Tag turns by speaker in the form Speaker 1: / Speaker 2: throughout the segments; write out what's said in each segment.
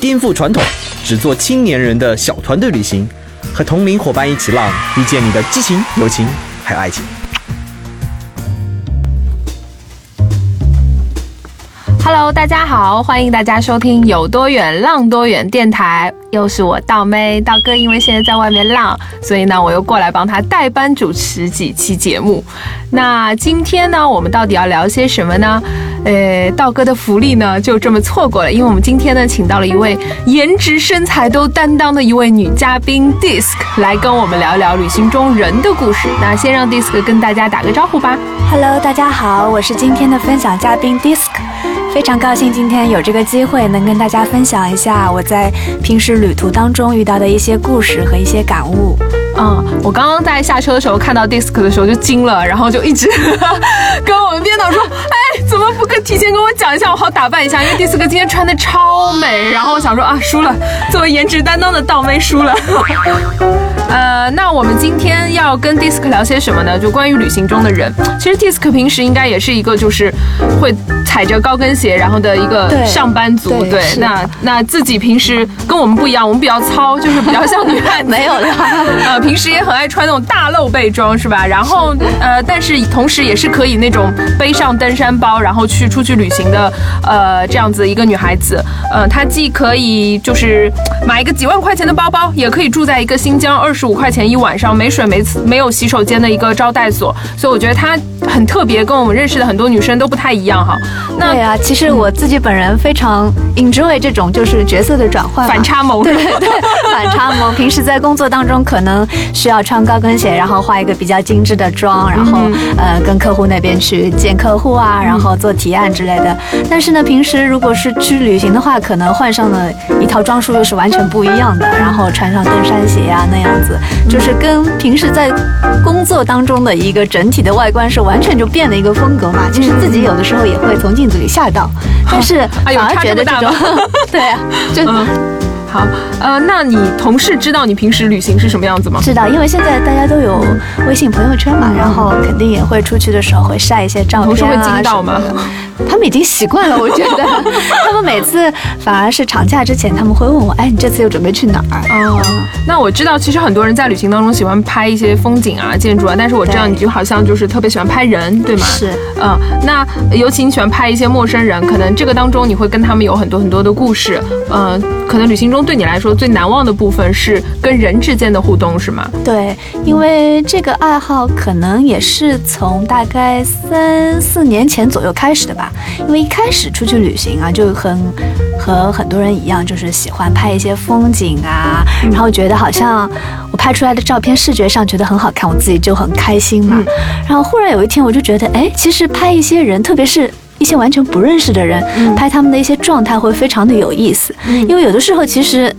Speaker 1: 颠覆传统，只做青年人的小团队旅行，和同龄伙伴一起浪，遇见你的激情、友情还有爱情。
Speaker 2: Hello，大家好，欢迎大家收听《有多远浪多远》电台，又是我道妹道哥，因为现在在外面浪，所以呢，我又过来帮他代班主持几期节目。那今天呢，我们到底要聊些什么呢？呃，道哥的福利呢就这么错过了，因为我们今天呢，请到了一位颜值身材都担当的一位女嘉宾 Disc 来跟我们聊聊旅行中人的故事。那先让 Disc 跟大家打个招呼吧。
Speaker 3: Hello，大家好，我是今天的分享嘉宾 Disc，非常高兴今天有这个机会能跟大家分享一下我在平时旅途当中遇到的一些故事和一些感悟。
Speaker 2: 嗯，我刚刚在下车的时候看到 disc 的时候就惊了，然后就一直 跟我们编导说，哎，怎么不跟提前跟我讲一下，我好打扮一下？因为 disc 今天穿的超美，然后我想说啊，输了，作为颜值担当的倒妹输了。 呃，那我们今天要跟 disc 聊些什么呢？就关于旅行中的人。其实 disc 平时应该也是一个就是会踩着高跟鞋，然后的一个
Speaker 3: 对
Speaker 2: 上班族。
Speaker 3: 对是的
Speaker 2: 那那自己平时跟我们不一样，我们比较糙，就是比较像女汉子。
Speaker 3: 没有了
Speaker 2: 呃，平时也很爱穿那种大露背装，是吧？然后呃，但是同时也是可以那种背上登山包，然后去出去旅行的，呃，这样子一个女孩子，呃，她既可以就是买一个几万块钱的包包，也可以住在一个新疆二十五块钱一晚上没水没没有洗手间的一个招待所，所以我觉得她很特别，跟我们认识的很多女生都不太一样哈。那
Speaker 3: 对啊，其实我自己本人非常 enjoy 这种就是角色的转换嘛
Speaker 2: 反。差萌，
Speaker 3: 啊对 对对，反差萌。平时在工作当中，可能需要穿高跟鞋，然后化一个比较精致的妆，然后、
Speaker 2: 嗯
Speaker 3: 呃跟客户那边去见客户啊，然后做提案之类的。但是呢，平时如果是去旅行的话，可能换上的一套装束又是完全不一样的，然后穿上登山鞋啊那样子，就是跟平时在工作当中的一个整体的外观是完全就变了一个风格
Speaker 2: 嗯
Speaker 3: 嘛。其实自己有的时候也会从镜子里吓到，但是
Speaker 2: 哎呦
Speaker 3: 反而
Speaker 2: 差这
Speaker 3: 觉
Speaker 2: 么
Speaker 3: 得这
Speaker 2: 大
Speaker 3: 种
Speaker 2: 吗
Speaker 3: 对 啊，就。
Speaker 2: 嗯好，呃，那你同事知道你平时旅行是什么样子吗？
Speaker 3: 知道，因为现在大家都有微信朋友圈嘛，然后肯定也会出去的时候会晒一些照
Speaker 2: 嗯同事
Speaker 3: 片
Speaker 2: 会
Speaker 3: 啊。
Speaker 2: 惊到吗？
Speaker 3: 他们已经习惯了，我觉 得他们每次反而是长假之前他们会问我，哎，你这次又准备去哪儿？
Speaker 2: 哦，那我知道，其实很多人在旅行当中喜欢拍一些风景啊、建筑啊，但是我知道
Speaker 3: 对
Speaker 2: 你就好像就是特别喜欢拍人，对吗？
Speaker 3: 是，
Speaker 2: 嗯，那尤其你喜欢拍一些陌生人，可能这个当中你会跟他们有很多很多的故事，嗯，可能旅行中对你来说最难忘的部分是跟人之间的互动，是吗？
Speaker 3: 对，因为这个爱好可能也是从大概三四年前左右开始的吧。因为一开始出去旅行啊，就很和很多人一样，就是喜欢拍一些风景啊，然后觉得好像我拍出来的照片视觉上觉得很好看，我自己就很开心嘛。然后忽然有一天，我就觉得，哎，其实拍一些人，特别是。一些完全不认识的人、拍他们的一些状态会非常的有意思，因为有的时候其实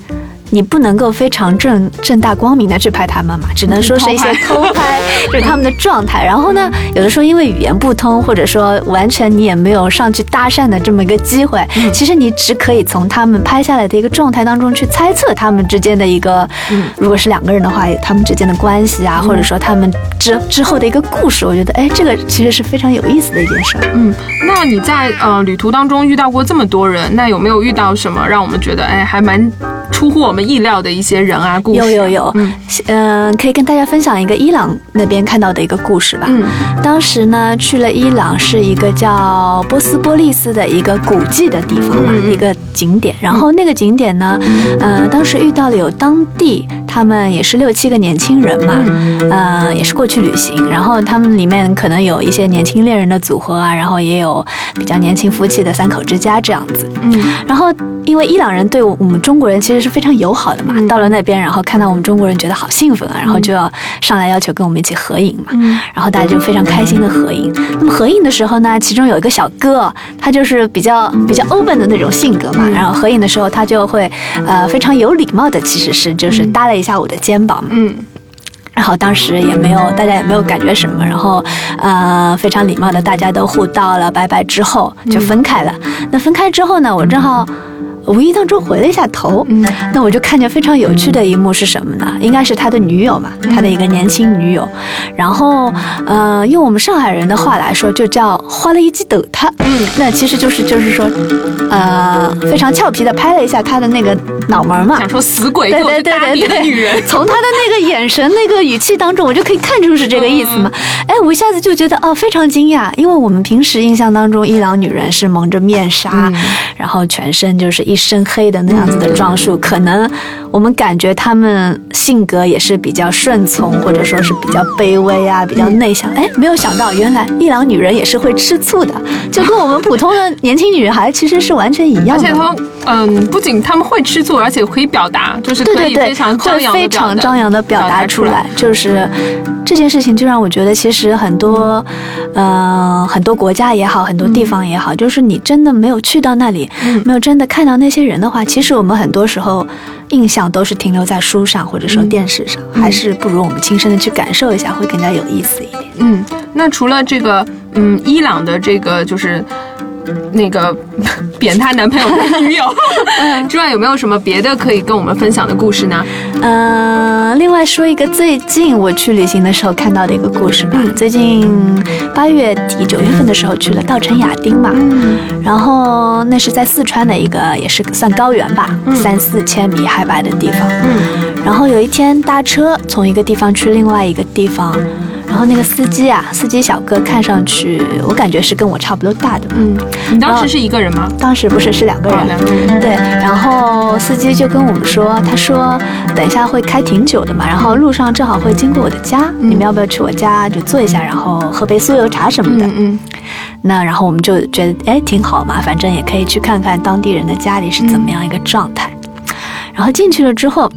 Speaker 3: 你不能够非常正正大光明的去拍他们嘛，只能说是一些偷 拍，就是他们的状态。然后呢，有的时候因为语言不通，或者说完全你也没有上去搭讪的这么一个机会，其实你只可以从他们拍下来的一个状态当中去猜测他们之间的一个，如果是两个人的话，他们之间的关系啊，或者说他们之之后的一个故事，我觉得哎，这个其实是非常有意思的一件事儿。
Speaker 2: 嗯，那你在呃旅途当中遇到过这么多人，那有没有遇到什么让我们觉得哎还蛮出乎我们意料的一些人啊故事啊？
Speaker 3: 有有有，
Speaker 2: 嗯
Speaker 3: 嗯、可以跟大家分享一个伊朗那边看到的一个故事吧。
Speaker 2: 嗯，
Speaker 3: 当时呢去了伊朗，是一个叫波斯波利斯的一个古迹的地方嘛，
Speaker 2: 嗯嗯
Speaker 3: 一个景点。然后那个景点呢，呃，当时遇到了有当地他们也是六七个年轻人嘛，
Speaker 2: 嗯
Speaker 3: 呃，也是过去旅行，然后他们里面可能有一些年轻恋人的组合啊，然后也有比较年轻夫妻的三口之家这样子。
Speaker 2: 嗯
Speaker 3: 然后，因为伊朗人对我我们中国人其实是非常友好的嘛，
Speaker 2: 嗯
Speaker 3: 到了那边，然后看到我们中国人觉得好兴奋啊，然后就要上来要求跟我们一起合影嘛，
Speaker 2: 嗯
Speaker 3: 然后大家就非常开心的合影。那么合影的时候呢，其中有一个小哥，他就是比较比较
Speaker 2: 嗯
Speaker 3: open 的那种性格嘛，然后合影的时候他就会呃非常有礼貌的，其实是就是搭了一下我的肩膀嘛。
Speaker 2: 嗯，
Speaker 3: 然后当时也没有，大家也没有感觉什么，然后，呃，非常礼貌的大家都互道了拜拜之后就分开了。那分开之后呢，我正好无意当中回了一下头，嗯那我就看见非常有趣的一幕是什么呢？应该是他的女友嘛，他的一个年轻女友，然后，呃，用我们上海人的话来说，就叫花了一记抖他。嗯，那其实就是就是说，呃，非常俏皮的拍了一下他的那个脑门嘛，
Speaker 2: 想说死鬼
Speaker 3: 对
Speaker 2: 给我去
Speaker 3: 对
Speaker 2: 搭
Speaker 3: 对
Speaker 2: 你
Speaker 3: 对嗯
Speaker 2: 的
Speaker 3: 对，，
Speaker 2: 女人
Speaker 3: 从他的那个眼神、那个语气当中，我就可以看出是这个意思嘛。
Speaker 2: 嗯
Speaker 3: 哎，我一下子就觉得哦，非常惊讶，因为我们平时印象当中，伊朗女人是蒙着面
Speaker 2: 嗯
Speaker 3: 纱，然后全身就是一身黑的那样子的装束，
Speaker 2: 嗯
Speaker 3: 可能我们感觉她们性格也是比较顺从，或者说是比较卑微啊，比较内向。哎，没有想到原来伊朗女人也是会吃醋的，就跟我们普通的年轻女孩其实是完全一样的。
Speaker 2: 而且他们嗯，不仅他们会吃醋，而且可以表达，就是
Speaker 3: 对
Speaker 2: 可
Speaker 3: 对
Speaker 2: 以
Speaker 3: 对，
Speaker 2: 非常张
Speaker 3: 就
Speaker 2: 扬，
Speaker 3: 非常张扬的表达出来，，就是这件事情就让我觉得，其实很多，嗯、很多国家也好，很多地方也好，就是你真的没有去到那里，没有真的看到那些人的话，其实我们很多时候印象都是停留在书上或者说电视上，还是不如我们亲身的去感受一下，会更加有意思一点。
Speaker 2: 嗯，那除了这个，嗯，伊朗的这个就是那个扁她男朋友的女 友之外，有没有什么别的可以跟我们分享的故事呢？
Speaker 3: 嗯、另外说一个最近我去旅行的时候看到的一个故事吧。最近八月底九月份的时候去了稻城亚丁
Speaker 2: 嗯
Speaker 3: 嘛，然后那是在四川的一个也是算高原吧，三四千米海拔的地方。然后有一天搭车从一个地方去另外一个地方，然后那个司机啊，司机小哥看上去我感觉是跟我差不多大的吧，
Speaker 2: 嗯，你当
Speaker 3: 然后
Speaker 2: 时是一个人吗？
Speaker 3: 当时不是是哦两个人
Speaker 2: 啊，两个人。
Speaker 3: 对，然后司机就跟我们说，他说等一下会开挺久的嘛，然后路上正好会经过我的家，你们要不要去我家就坐一下，然后喝杯酥油茶什么的。
Speaker 2: 嗯嗯，
Speaker 3: 那然后我们就觉得哎挺好嘛，反正也可以去看看当地人的家里是怎么样一个状态。然后进去了之后。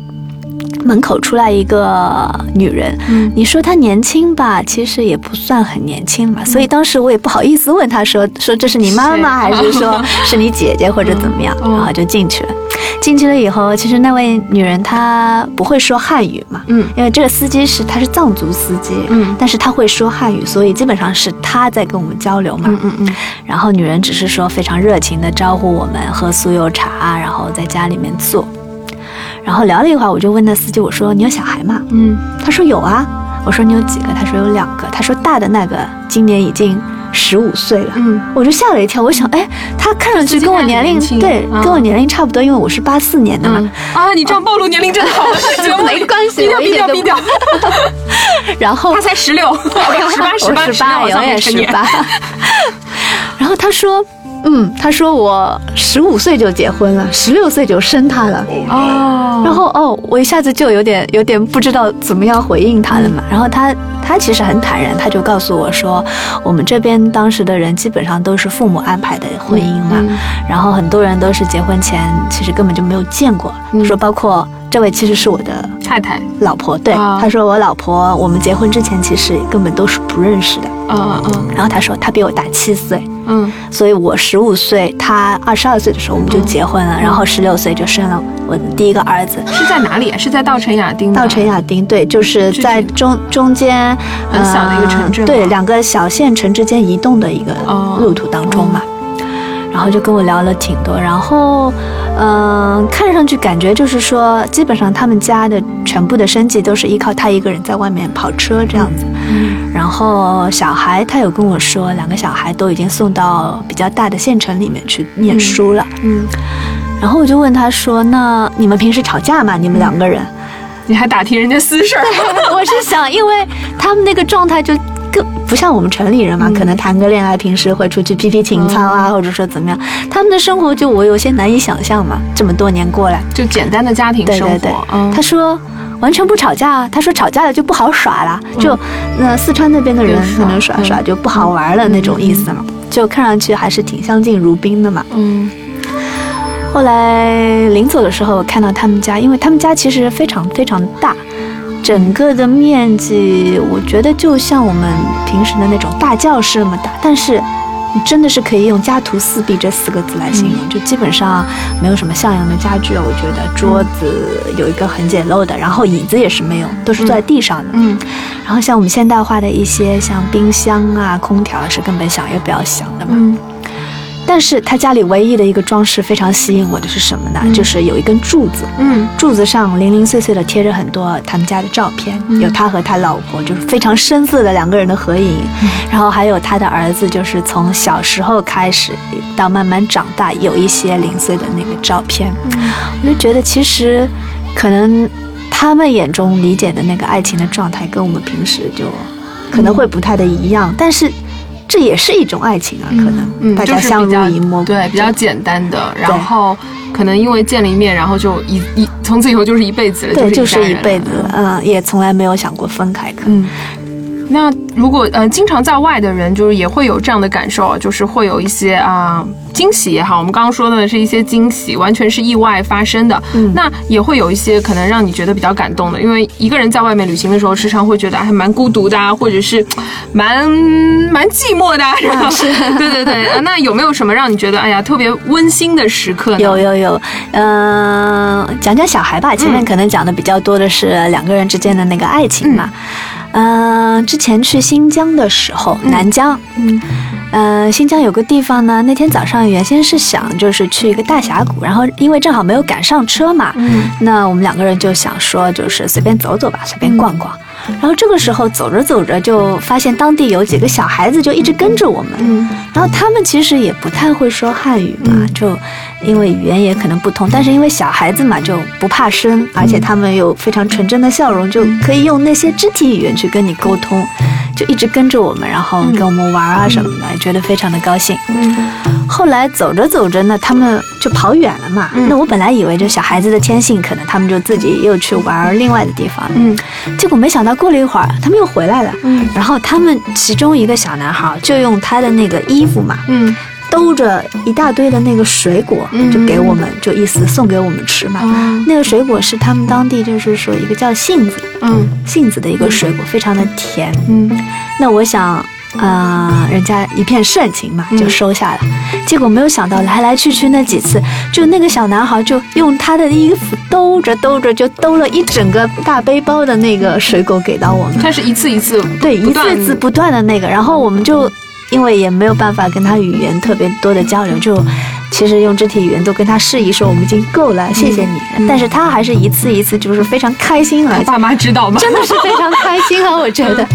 Speaker 3: 门口出来一个女人，
Speaker 2: 嗯
Speaker 3: 你说她年轻吧，其实也不算很年轻嘛，所以当时我也不好意思问她说说这是你妈妈
Speaker 2: 谁
Speaker 3: 还是说是你姐姐或者怎么样，
Speaker 2: 嗯
Speaker 3: 然后就进去了。进去了以后，其实那位女人她不会说汉语嘛，
Speaker 2: 嗯，
Speaker 3: 因为这个司机是他是藏族司机，
Speaker 2: 嗯
Speaker 3: 但是他会说汉语，所以基本上是他在跟我们交流嘛，
Speaker 2: 嗯嗯嗯，
Speaker 3: 然后女人只是说非常热情的招呼我们喝酥油茶，啊然后在家里面坐，然后聊了一会儿，我就问那司机我说你有小孩吗？
Speaker 2: 嗯，
Speaker 3: 他说有啊，我说你有几个？他说有两个，他说大的那个今年已经十五岁了，
Speaker 2: 嗯，
Speaker 3: 我就吓了一跳，我想哎，他看上去跟我年龄
Speaker 2: 司机看着
Speaker 3: 对
Speaker 2: 年轻啊
Speaker 3: 跟我年龄差不多，因为我是八四年的嘛，
Speaker 2: 嗯啊，你这样暴露年龄真的 好，在节目里
Speaker 3: 没关系
Speaker 2: 低调
Speaker 3: 我一
Speaker 2: 低
Speaker 3: 点
Speaker 2: 调
Speaker 3: 都
Speaker 2: 低调，
Speaker 3: 然后
Speaker 2: 他才十六，十八 十八十
Speaker 3: 我
Speaker 2: 八，
Speaker 3: 18
Speaker 2: 我
Speaker 3: 永
Speaker 2: 像没
Speaker 3: 远
Speaker 2: 成
Speaker 3: 十
Speaker 2: 年。
Speaker 3: 八。然后他说，嗯，他说我十五岁就结婚了，十六岁就生他了。
Speaker 2: 哦，
Speaker 3: 然后哦，我一下子就有点有点不知道怎么样回应他了嘛。然后他他其实很坦然，他就告诉我说，我们这边当时的人基本上都是父母安排的婚姻嘛，然后很多人都是结婚前其实根本就没有见过。
Speaker 2: 嗯
Speaker 3: 说包括这位其实是我的
Speaker 2: 太太，
Speaker 3: 老婆，对，
Speaker 2: 啊
Speaker 3: 他说我老婆我们结婚之前其实根本都是不认识的。
Speaker 2: 嗯嗯
Speaker 3: 然后他说他比我大七岁，
Speaker 2: 嗯
Speaker 3: 所以我十五岁，他二十二岁的时候我们就结婚了，然后十六岁就生了我的第一个儿子。
Speaker 2: 嗯，是在哪里？是在稻城亚丁吗？
Speaker 3: 稻城亚丁，对，就是
Speaker 2: 具体
Speaker 3: 在中中间
Speaker 2: 很小的一个城镇吗
Speaker 3: 呃对，两个小县城之间移动的一个
Speaker 2: 哦
Speaker 3: 路途当中嘛。然后就跟我聊了挺多，然后，嗯、看上去感觉就是说，基本上他们家的全部的生计都是依靠他一个人在外面跑车这样子。
Speaker 2: 嗯
Speaker 3: 然后小孩他有跟我说，两个小孩都已经送到比较大的县城里面去念书了。
Speaker 2: 嗯，
Speaker 3: 然后我就问他说：“那你们平时吵架吗？你们两个人？”
Speaker 2: 你还打听人家私事儿？
Speaker 3: 我是想，因为他们那个状态就更不像我们城里人嘛，可能谈个恋爱，平时会出去批批情操啊，或者说怎么样，他们的生活就我有些难以想象嘛。这么多年过来，
Speaker 2: 就简单的家庭
Speaker 3: 对
Speaker 2: 生活，
Speaker 3: 对对，
Speaker 2: 嗯
Speaker 3: 他，说。完全不吵架啊，他说吵架了就不好耍了，就那四川那边的人
Speaker 2: 就
Speaker 3: 可
Speaker 2: 嗯耍嗯
Speaker 3: 能耍耍就不好玩了那种意思嘛，就看上去还是挺相敬如宾的嘛。
Speaker 2: 嗯
Speaker 3: 后来临走的时候，我看到他们家，因为他们家其实非常非常大，整个的面积我觉得就像我们平时的那种大教室那么大，但是真的是可以用“家徒四壁”这四个字来形容，就基本上没有什么像样的家具啊。我觉得桌子有一个很简陋的，然后椅子也是没有，都是坐在地上的。
Speaker 2: 嗯，
Speaker 3: 然后像我们现代化的一些，像冰箱啊、空调啊，是根本想也不要想的嘛。
Speaker 2: 嗯
Speaker 3: 但是他家里唯一的一个装饰非常吸引我的是什么呢？
Speaker 2: 嗯
Speaker 3: 就是有一根柱子，
Speaker 2: 嗯
Speaker 3: 柱子上零零碎碎的贴着很多他们家的照片，
Speaker 2: 嗯
Speaker 3: 有他和他老婆就是非常深色的两个人的合影，
Speaker 2: 嗯
Speaker 3: 然后还有他的儿子，就是从小时候开始到慢慢长大，有一些零碎的那个照片，
Speaker 2: 嗯
Speaker 3: 我就觉得其实可能他们眼中理解的那个爱情的状态，跟我们平时就可能会不太的一样，但是这也是一种爱情啊，可能、
Speaker 2: 嗯，
Speaker 3: 大家
Speaker 2: 就是
Speaker 3: 相
Speaker 2: 比较
Speaker 3: 濡以沫，
Speaker 2: 对，比较简单的。然后可能因为见了一面，然后就一一从此以后就是一辈子了，
Speaker 3: 对，就
Speaker 2: 家
Speaker 3: 是一
Speaker 2: 人了啊
Speaker 3: 辈子，嗯，也从来没有想过分开，可能。
Speaker 2: 嗯。那如果呃经常在外的人，就是也会有这样的感受啊，就是会有一些啊、惊喜也好，我们刚刚说的是一些惊喜，完全是意外发生的。
Speaker 3: 嗯
Speaker 2: 那也会有一些可能让你觉得比较感动的，因为一个人在外面旅行的时候，时常会觉得还蛮孤独的、啊，或者是蛮蛮寂寞的、啊。然后 对对对、啊那有没有什么让你觉得哎呀特别温馨的时刻呢？
Speaker 3: 有有有，嗯、讲讲小孩吧。前面可能讲的比较多的是两个人之间的那个爱情嘛。嗯、之前去新疆的时候，南疆，
Speaker 2: 嗯
Speaker 3: 呃，新疆有个地方呢，那天早上原先是想就是去一个大峡谷，然后因为正好没有赶上车嘛，
Speaker 2: 嗯
Speaker 3: 那我们两个人就想说就是随便走走吧，随便逛逛。
Speaker 2: 嗯
Speaker 3: 然后这个时候走着走着就发现当地有几个小孩子就一直跟着我们，
Speaker 2: 嗯
Speaker 3: 然后他们其实也不太会说汉语嘛，
Speaker 2: 嗯
Speaker 3: 就因为语言也可能不同，但是因为小孩子嘛就不怕生，而且他们有非常纯真的笑容，就可以用那些肢体语言去跟你沟通，
Speaker 2: 嗯
Speaker 3: 就一直跟着我们，然后跟我们玩啊什么的，觉得非常的高兴。
Speaker 2: 嗯
Speaker 3: 后来走着走着呢，他们就跑远了嘛。
Speaker 2: 嗯
Speaker 3: 那我本来以为这小孩子的天性，可能他们就自己又去玩另外的地方了。
Speaker 2: 嗯
Speaker 3: 结果没想到过了一会儿，他们又回来了。
Speaker 2: 嗯
Speaker 3: 然后他们其中一个小男孩就用他的那个衣服嘛，
Speaker 2: 嗯
Speaker 3: 兜着一大堆的那个水果，
Speaker 2: 嗯
Speaker 3: 就给我们，就意思送给我们吃嘛。
Speaker 2: 嗯
Speaker 3: 那个水果是他们当地就是说一个叫杏子，
Speaker 2: 嗯
Speaker 3: 杏子的一个水果，非常的甜。
Speaker 2: 嗯
Speaker 3: 那我想，呃，人家一片盛情嘛，就收下了。结果没有想到，来来去去那几次，就那个小男孩就用他的衣服兜着兜着，就兜了一整个大背包的那个水果给到我们。
Speaker 2: 它是一次一次
Speaker 3: 对，
Speaker 2: 不
Speaker 3: 一
Speaker 2: 断
Speaker 3: 次次不断的那个，然后我们就因为也没有办法跟他语言特别多的交流，就其实用肢体语言都跟他示意说我们已经够了，谢谢你。
Speaker 2: 嗯
Speaker 3: 但是他还是一次一次就是非常开心而
Speaker 2: 他
Speaker 3: 且
Speaker 2: 爸妈知道吗？
Speaker 3: 真的是非常开心啊，我觉 得。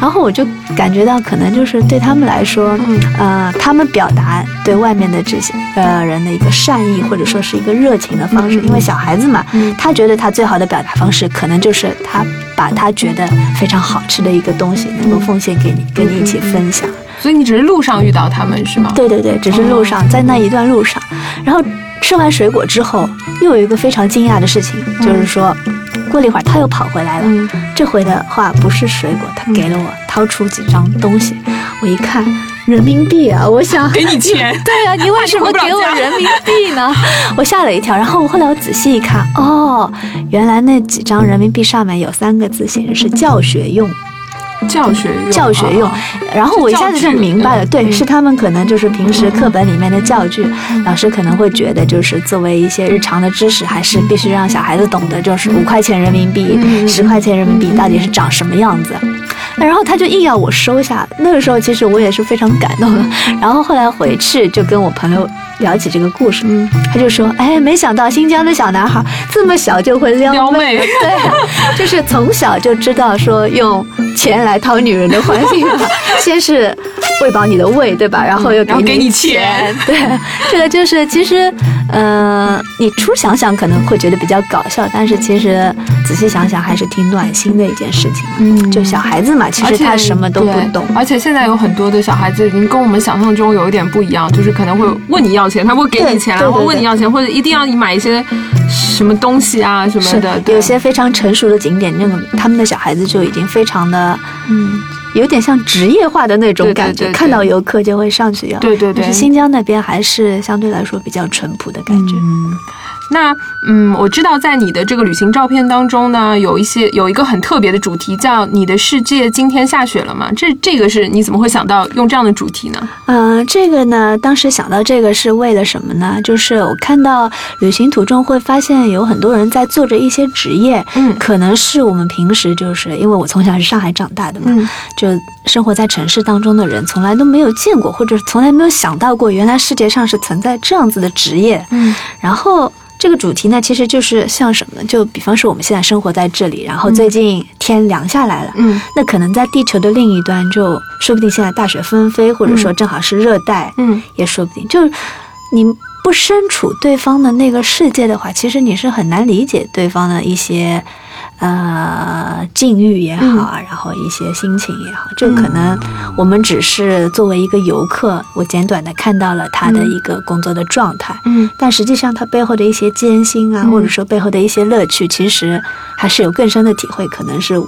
Speaker 3: 然后我就感觉到，可能就是对他们来说，
Speaker 2: 嗯
Speaker 3: 呃，他们表达对外面的这些呃人的一个善意，或者说是一个热情的方式。
Speaker 2: 嗯嗯
Speaker 3: 因为小孩子嘛，
Speaker 2: 嗯
Speaker 3: 他觉得他最好的表达方式，可能就是他把他觉得非常好吃的一个东西，能够奉献给你，跟你一起分享。
Speaker 2: 所以你只是路上遇到他们是吗？
Speaker 3: 对对对，只是路上，在那一段路上，然后吃完水果之后，又有一个非常惊讶的事情，就是说，过了一会儿他又跑回来了。
Speaker 2: 嗯
Speaker 3: 这回的话不是水果，他给了我掏出几张东西，我一看人民币啊，我想
Speaker 2: 给你 钱
Speaker 3: 对啊，你为什么给我人民 币呢？我吓了一跳，然后我后来我仔细一看，哦，原来那几张人民币上面有三个字，显示是教学用，
Speaker 2: 教学用，
Speaker 3: 教学用
Speaker 2: 哦。
Speaker 3: 然后我一下子就明
Speaker 2: 嗯
Speaker 3: 白了，对，是他们可能就是平时课本里面的教具，
Speaker 2: 嗯
Speaker 3: 老师可能会觉得就是作为一些日常的知识，还是必须让小孩子懂得，就是五块钱人民币、
Speaker 2: 嗯
Speaker 3: 十块钱人民币到底是长什么样子。那然后他就硬要我收下，那个时候其实我也是非常感动的。然后后来回去就跟我朋友聊起这个故事，
Speaker 2: 嗯
Speaker 3: 他就说：“哎，没想到新疆的小男孩这么小就会撩
Speaker 2: 撩妹
Speaker 3: 妹了，对啊、就是从小就知道说用钱来讨女人的欢心嘛，先是喂饱你的胃，对吧？然后又
Speaker 2: 嗯然后给你
Speaker 3: 钱， 对，这个就是其实，呃，你初想想可能会觉得比较搞笑，但是其实仔细想想还是挺暖心的一件事情。
Speaker 2: 嗯
Speaker 3: 就小孩子嘛，其
Speaker 2: 而
Speaker 3: 实
Speaker 2: 且
Speaker 3: 他什么都不
Speaker 2: 对
Speaker 3: 懂。
Speaker 2: 而且现在有很多的小孩子已经跟我们想象中有一点不一样，就是可能会问你要钱，他会给你钱，
Speaker 3: 对对
Speaker 2: 然后
Speaker 3: 对
Speaker 2: 问你要钱，或者一定要你买一些什么东西啊什么
Speaker 3: 是
Speaker 2: 的。对
Speaker 3: 有些非常成熟的景点，那种他们的小孩子就已经非常的，嗯，有点像职业化的那种
Speaker 2: 对对
Speaker 3: 感觉，
Speaker 2: 对对
Speaker 3: 看到游客就会上去要。
Speaker 2: 对对对
Speaker 3: 但是新疆那边还是相对来说比较淳朴的感觉。
Speaker 2: 嗯那嗯，我知道在你的这个旅行照片当中呢，有一些有一个很特别的主题，叫“你的世界今天下雪了吗”？这这个是你怎么会想到用这样的主题呢？
Speaker 3: 嗯、这个呢，当时想到这个是为了什么呢？就是我看到旅行途中会发现有很多人在做着一些职业，
Speaker 2: 嗯
Speaker 3: 可能是我们平时就是因为我从小是上海长大的嘛，
Speaker 2: 嗯
Speaker 3: 就生活在城市当中的人从来都没有见过，或者从来没有想到过，原来世界上是存在这样子的职业。
Speaker 2: 嗯
Speaker 3: 然后这个主题呢，其实就是像什么呢？就比方说我们现在生活在这里，然后最近天凉下来了。
Speaker 2: 嗯
Speaker 3: 那可能在地球的另一端就，说不定现在大雪纷飞，或者说
Speaker 2: 嗯
Speaker 3: 正好是热带，
Speaker 2: 嗯
Speaker 3: 也说不定。就是你不身处对方的那个世界的话，其实你是很难理解对方的一些呃境遇也好
Speaker 2: 嗯
Speaker 3: 啊，然后一些心情也好。就可能我们只是作为一个游客，我简短的看到了他的
Speaker 2: 嗯
Speaker 3: 一个工作的状态。
Speaker 2: 嗯
Speaker 3: 但实际上，它背后的一些艰辛啊，
Speaker 2: 嗯
Speaker 3: 或者说背后的一些乐趣，其实还是有更深的体会，可能是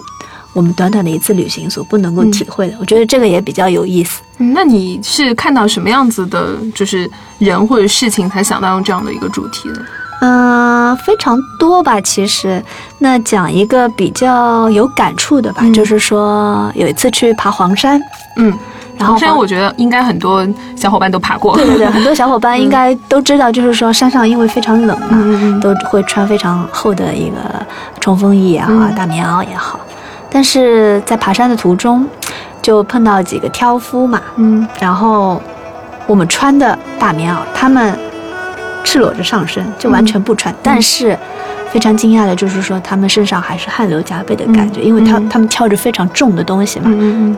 Speaker 3: 我们短短的一次旅行所不能够体会的。我觉得这个也比较有意思。
Speaker 2: 嗯，那你是看到什么样子的，就是人或者事情才想到用这样的一个主题的？
Speaker 3: 嗯、非常多吧，其实。那讲一个比较有感触的吧，
Speaker 2: 嗯
Speaker 3: 就是说有一次去爬黄山，
Speaker 2: 嗯，
Speaker 3: 然后
Speaker 2: 虽然我觉得应该很多小伙伴都爬过。
Speaker 3: 对对对，很多小伙伴应该都知道，就是说山上因为非常冷嘛，
Speaker 2: 嗯嗯嗯嗯
Speaker 3: 都会穿非常厚的一个冲锋衣也好，
Speaker 2: 嗯
Speaker 3: 大棉袄也好。但是在爬山的途中，就碰到几个挑夫嘛，
Speaker 2: 嗯
Speaker 3: 然后我们穿的大棉袄，他们赤裸着上身，就完全不
Speaker 2: 嗯
Speaker 3: 穿。但是非常惊讶的就是说，他们身上还是汗流浃背的感觉，
Speaker 2: 嗯
Speaker 3: 因为他
Speaker 2: 嗯
Speaker 3: 他们挑着非常重的东西嘛。
Speaker 2: 嗯嗯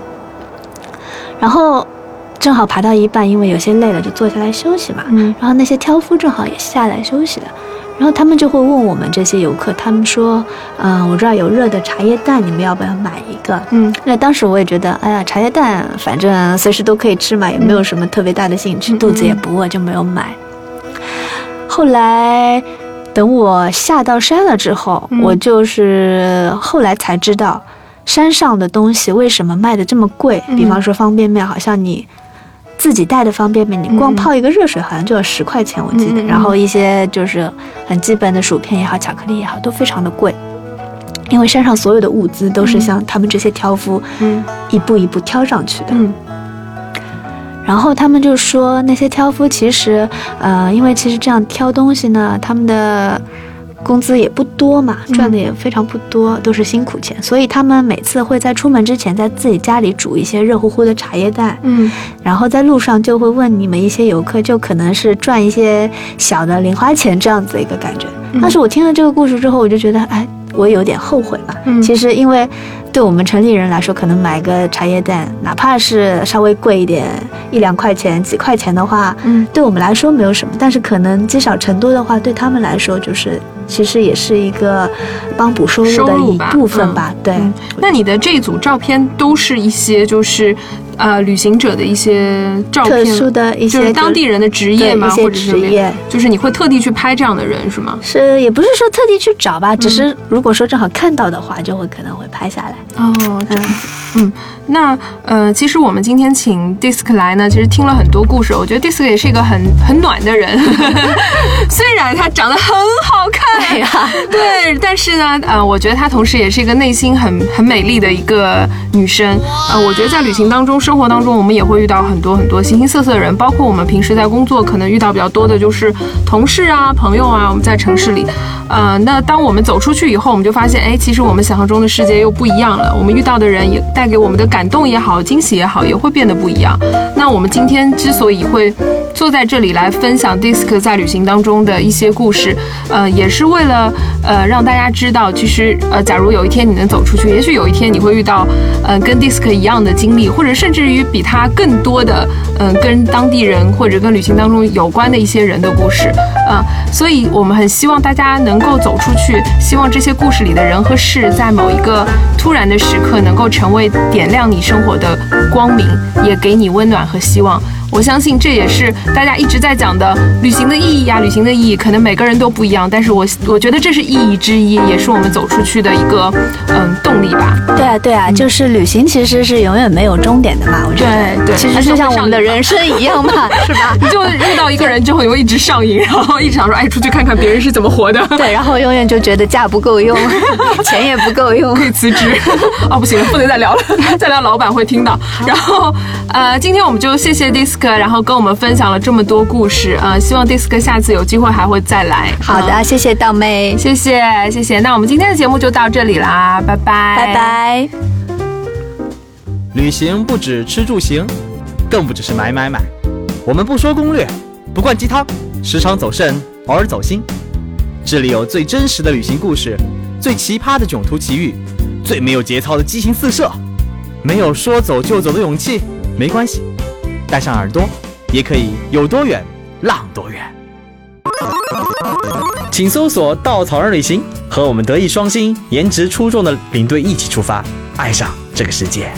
Speaker 3: 然后正好爬到一半，因为有些累了，就坐下来休息嘛。
Speaker 2: 嗯
Speaker 3: 然后那些挑夫正好也下来休息了，然后他们就会问我们这些游客，他们说，嗯、我这儿有热的茶叶蛋，你们要不要买一个？
Speaker 2: 嗯
Speaker 3: 那当时我也觉得，哎呀，茶叶蛋反正随时都可以吃嘛，也没有什么特别大的兴趣，
Speaker 2: 嗯
Speaker 3: 肚子也不饿，就没有买。后来等我下到山了之后，
Speaker 2: 嗯
Speaker 3: 我就是后来才知道，山上的东西为什么卖的这么贵？
Speaker 2: 嗯
Speaker 3: 比方说方便面，好像你。自己带的方便面，你光
Speaker 2: 嗯
Speaker 3: 泡一个热水好像就要十块钱，我记得。
Speaker 2: 嗯嗯嗯
Speaker 3: 然后一些就是很基本的薯片也好，巧克力也好，都非常的贵，因为山上所有的物资都是
Speaker 2: 嗯
Speaker 3: 像他们这些挑夫
Speaker 2: 嗯
Speaker 3: 一步一步挑上去的。
Speaker 2: 嗯
Speaker 3: 然后他们就说，那些挑夫其实，呃，因为其实这样挑东西呢，他们的工资也不多嘛，
Speaker 2: 嗯
Speaker 3: 赚的也非常不多，都是辛苦钱，所以他们每次会在出门之前，在自己家里煮一些热乎乎的茶叶蛋，
Speaker 2: 嗯
Speaker 3: 然后在路上就会问你们一些游客，就可能是赚一些小的零花钱这样子一个感觉。
Speaker 2: 嗯
Speaker 3: 当时我听了这个故事之后，我就觉得，哎，我有点后悔了。
Speaker 2: 嗯
Speaker 3: 其实因为对我们城里人来说，可能买个茶叶蛋，哪怕是稍微贵一点，一两块钱、几块钱的话，
Speaker 2: 嗯
Speaker 3: 对我们来说没有什么，但是可能积少成多的话，对他们来说就是其实也是一个帮补收入
Speaker 2: 收
Speaker 3: 的
Speaker 2: 入
Speaker 3: 一
Speaker 2: 吧
Speaker 3: 部分
Speaker 2: 嗯
Speaker 3: 吧。对，
Speaker 2: 嗯那你的这组照片都是一些就是呃旅行者的一些照
Speaker 3: 特
Speaker 2: 片，
Speaker 3: 殊的一
Speaker 2: 就
Speaker 3: 些
Speaker 2: 是当地人的职业
Speaker 3: 对
Speaker 2: 吗？
Speaker 3: 一
Speaker 2: 或
Speaker 3: 些
Speaker 2: 者是
Speaker 3: 职
Speaker 2: 什么
Speaker 3: 业。
Speaker 2: 就是你会特地去拍这样的人是吗？
Speaker 3: 是也不是说特地去找吧，只是如果说正好看到的话，就会可能会拍下来。
Speaker 2: 哦，
Speaker 3: 嗯，
Speaker 2: 那呃，其实我们今天请 Disc 来呢，其实听了很多故事，我觉得 Disc 也是一个很很暖的人， 虽然他长得很好看，
Speaker 3: 对呀、
Speaker 2: 对，但是呢，呃，我觉得她同时也是一个内心很很美丽的一个女生。呃，我觉得在旅行当中、生活当中，我们也会遇到很多很多形形色色的人，包括我们平时在工作可能遇到比较多的就是同事啊、朋友啊。我们在城市里，呃，那当我们走出去以后，我们就发现，哎，其实我们想象中的世界又不一样了。我们遇到的人也带给我们的感动也好、惊喜也好，也会变得不一样。那我们今天之所以会坐在这里来分享 DISC 在旅行当中的一些故事，呃，也是为了呃让大家知道，其实呃，假如有一天你能走出去，也许有一天你会遇到呃跟 DISC 一样的经历，或者甚至于比他更多的嗯、呃跟当地人或者跟旅行当中有关的一些人的故事，嗯、所以我们很希望大家能够走出去，希望这些故事里的人和事，在某一个突然的时刻能够成为点亮你生活的光明，也给你温暖和希望。我相信这也是大家一直在讲的旅行的意义啊呀、旅行的意义可能每个人都不一样，但是我我觉得这是意义之一，也是我们走出去的一个嗯动力吧。
Speaker 3: 嗯对啊，对啊，就是旅行其实是永远没有终点的，的嘛。我觉得，
Speaker 2: 对对
Speaker 3: 其
Speaker 2: 而
Speaker 3: 实
Speaker 2: 且
Speaker 3: 就
Speaker 2: 会
Speaker 3: 像我
Speaker 2: 上
Speaker 3: 们的
Speaker 2: 瘾
Speaker 3: 人生一样嘛， 是吧？
Speaker 2: 你就遇到一个人之后，你会一直上瘾，然后一直想说，哎，出去看看别人是怎么活的，
Speaker 3: 对，然后永远就觉得假不够 用，钱也不够用。
Speaker 2: 可以辞职。 哦，不行了，不能再聊了， 再聊老板会听到。然后，呃，今天我们就谢谢 Disc，然后跟我们分享了这么多故事，呃，希望 Disc 下次有机会还会再来。啊
Speaker 3: 好的，谢谢道妹，
Speaker 2: 谢谢谢谢，那我们今天的节目就到这里啦，拜拜
Speaker 3: 拜拜。
Speaker 1: 旅行不止吃住行，更不只是买买买。我们不说攻略，不灌鸡汤，时常走肾，偶尔走心。这里有最真实的旅行故事，最奇葩的囧途奇遇，最没有节操的激情四射。没有说走就走的勇气，没关系，戴上耳朵，也可以有多远浪多远。请搜索“稻草人旅行”，和我们德艺双馨、颜值出众的领队一起出发，爱上这个世界。